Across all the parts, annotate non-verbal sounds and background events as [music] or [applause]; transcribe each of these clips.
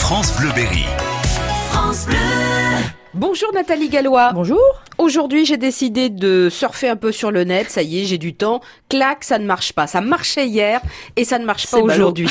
France Bleu Berry. Bonjour Nathalie Ah. Gallois. Bonjour. Aujourd'hui, j'ai décidé de surfer un peu sur le net. Ça y est, j'ai du temps. Clac, ça ne marche pas. Ça marchait hier et ça ne marche pas C'est ballot. aujourd'hui.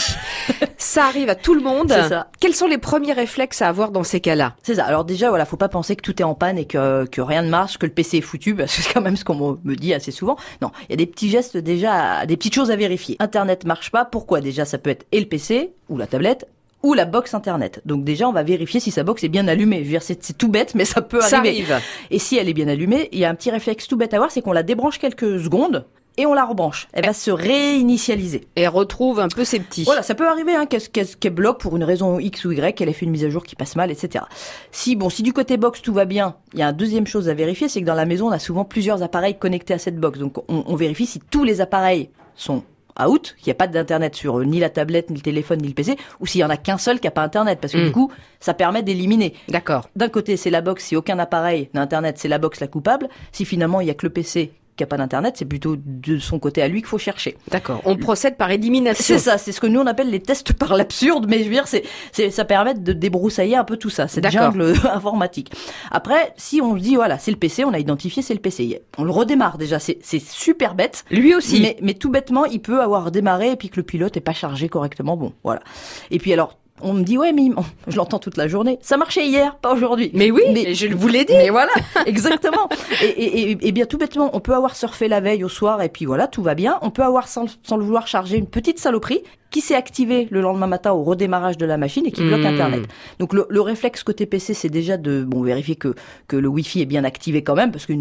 ça arrive à tout le monde. C'est ça. Quels sont les premiers réflexes à avoir dans ces cas-là [laughs] C'est ça. Alors déjà, voilà, faut pas penser que tout est en panne et que, que rien ne marche, que le PC est foutu, parce que c'est quand même ce qu'on me- me dit assez souvent. Non, il y a des petits gestes déjà, à- des petites choses à vérifier. Internet marche pas, pourquoi déjà Ça peut être et le PC ou la tablette ou la box internet. Donc déjà, on va vérifier si sa box est bien allumée. Je veux dire, c'est c'est tout bête, mais ça peut Ça arriver. arrive. Et si elle est bien allumée, il y a un petit réflexe tout bête à avoir, c'est qu'on la débranche quelques secondes et on la rebranche. Elle va se réinitialiser. Et retrouve un peu ses petits. Voilà, ça peut arriver hein, qu'elle qu'elle- qu'elle bloque pour une raison X ou Y, qu'elle ait fait une mise à jour qui passe mal, etc. Si bon, si du côté box tout va bien, il y a une deuxième chose à vérifier, c'est que dans la maison on a souvent plusieurs appareils connectés à cette box, donc on, on vérifie si tous les appareils sont out, qu'il n'y a pas d'internet sur euh, ni la tablette, ni le téléphone, ni le PC, ou s'il y en a qu'un seul qui n'a pas internet, parce que Mm. du coup ça permet d'éliminer. D'accord. D'un côté c'est la box, si aucun appareil n'a internet, c'est la box la coupable. Si finalement il n'y a que le PC qui n'a pas d'internet, c'est plutôt de son côté à lui qu'il faut chercher. D'accord. On procède par élimination. C'est ça, c'est ce que nous on appelle les tests [laughs] par l'absurde, mais je veux dire, c'est, c'est, ça permet de débroussailler un peu tout ça, cette D'accord. jungle [laughs] informatique. Après, si on se dit, voilà, c'est le PC, on a identifié, c'est le PC, on le redémarre déjà, c'est, c'est super bête. Lui aussi. Mais, mais tout bêtement, il peut avoir démarré et puis que le pilote est pas chargé correctement. Bon, voilà. Et puis alors, on me dit, ouais, mais il- [laughs] je l'entends toute la journée. Ça marchait hier, pas aujourd'hui. Mais oui, Mais- je vous l'ai dit. Mais voilà, [laughs] exactement. Et, et- et- et bien tout bêtement, on peut avoir surfé la veille au soir et puis voilà, tout va bien. On peut avoir sans, sans le vouloir chargé une petite saloperie qui s'est activée le lendemain matin au redémarrage de la machine et qui bloque Hmm. Internet. Donc le, le réflexe côté PC, c'est déjà de bon vérifier que, que le Wi-Fi est bien activé quand même, parce que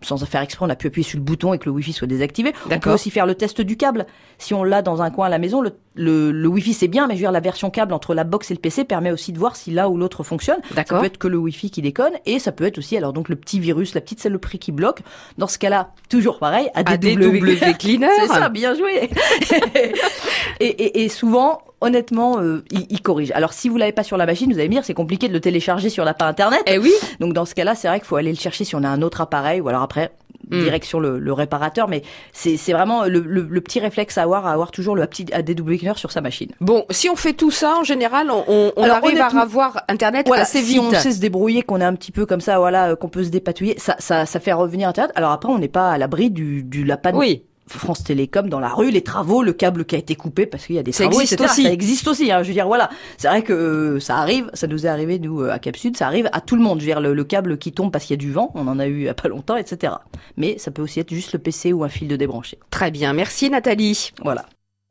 sans faire exprès, on a pu appuyer sur le bouton et que le Wi-Fi soit désactivé. On peut D'accord. aussi faire le test du câble. Si on l'a dans un coin à la maison, le, le, le Wi-Fi c'est bien, mais je veux dire, la version câble entre la box et le PC permet aussi de voir si l'un ou l'autre fonctionne. Ça D'accord. peut être que le Wi-Fi qui déconne et ça peut être aussi alors donc le petit virus, la petite saloperie qui bloque. Dans ce cas-là, toujours pareil, [laughs] ADW. ADW Cleaner. [laughs] C'est ça, bien joué. [laughs] et, et- et souvent, honnêtement, euh, il, il corrige. Alors si vous l'avez pas sur la machine, vous allez me dire c'est compliqué de le télécharger sur l'appât internet. Eh oui. Donc dans ce cas-là, c'est vrai qu'il faut aller le chercher si on a un autre appareil ou alors après Hmm. direct sur le, le réparateur. Mais c'est c'est vraiment le, le- le petit réflexe à avoir, à avoir toujours le petit ADW cleaner sur sa machine. Bon, si on fait tout ça, en général, on, on- on Alors, arrive à honnêtement- avoir Internet voilà, assez si vite. on sait se débrouiller, qu'on est un petit peu comme ça, voilà, euh, qu'on peut se dépatouiller, ça, ça, ça fait revenir Internet. Alors après, on n'est pas à l'abri du, du lapin de Oui. France Télécom dans la rue, les travaux, le câble qui a été coupé parce qu'il y a des Ça travaux, existe etc. aussi. Ça existe aussi. hein, je veux dire, voilà, c'est vrai que euh, ça arrive, ça nous est arrivé nous euh, à Cap Sud, ça arrive à tout le monde. Je veux dire, le, le câble qui tombe parce qu'il y a du vent, on en a eu il y a pas longtemps, etc. Mais ça peut aussi être juste le PC ou un fil de débranché. Très bien. Merci Nathalie. Voilà.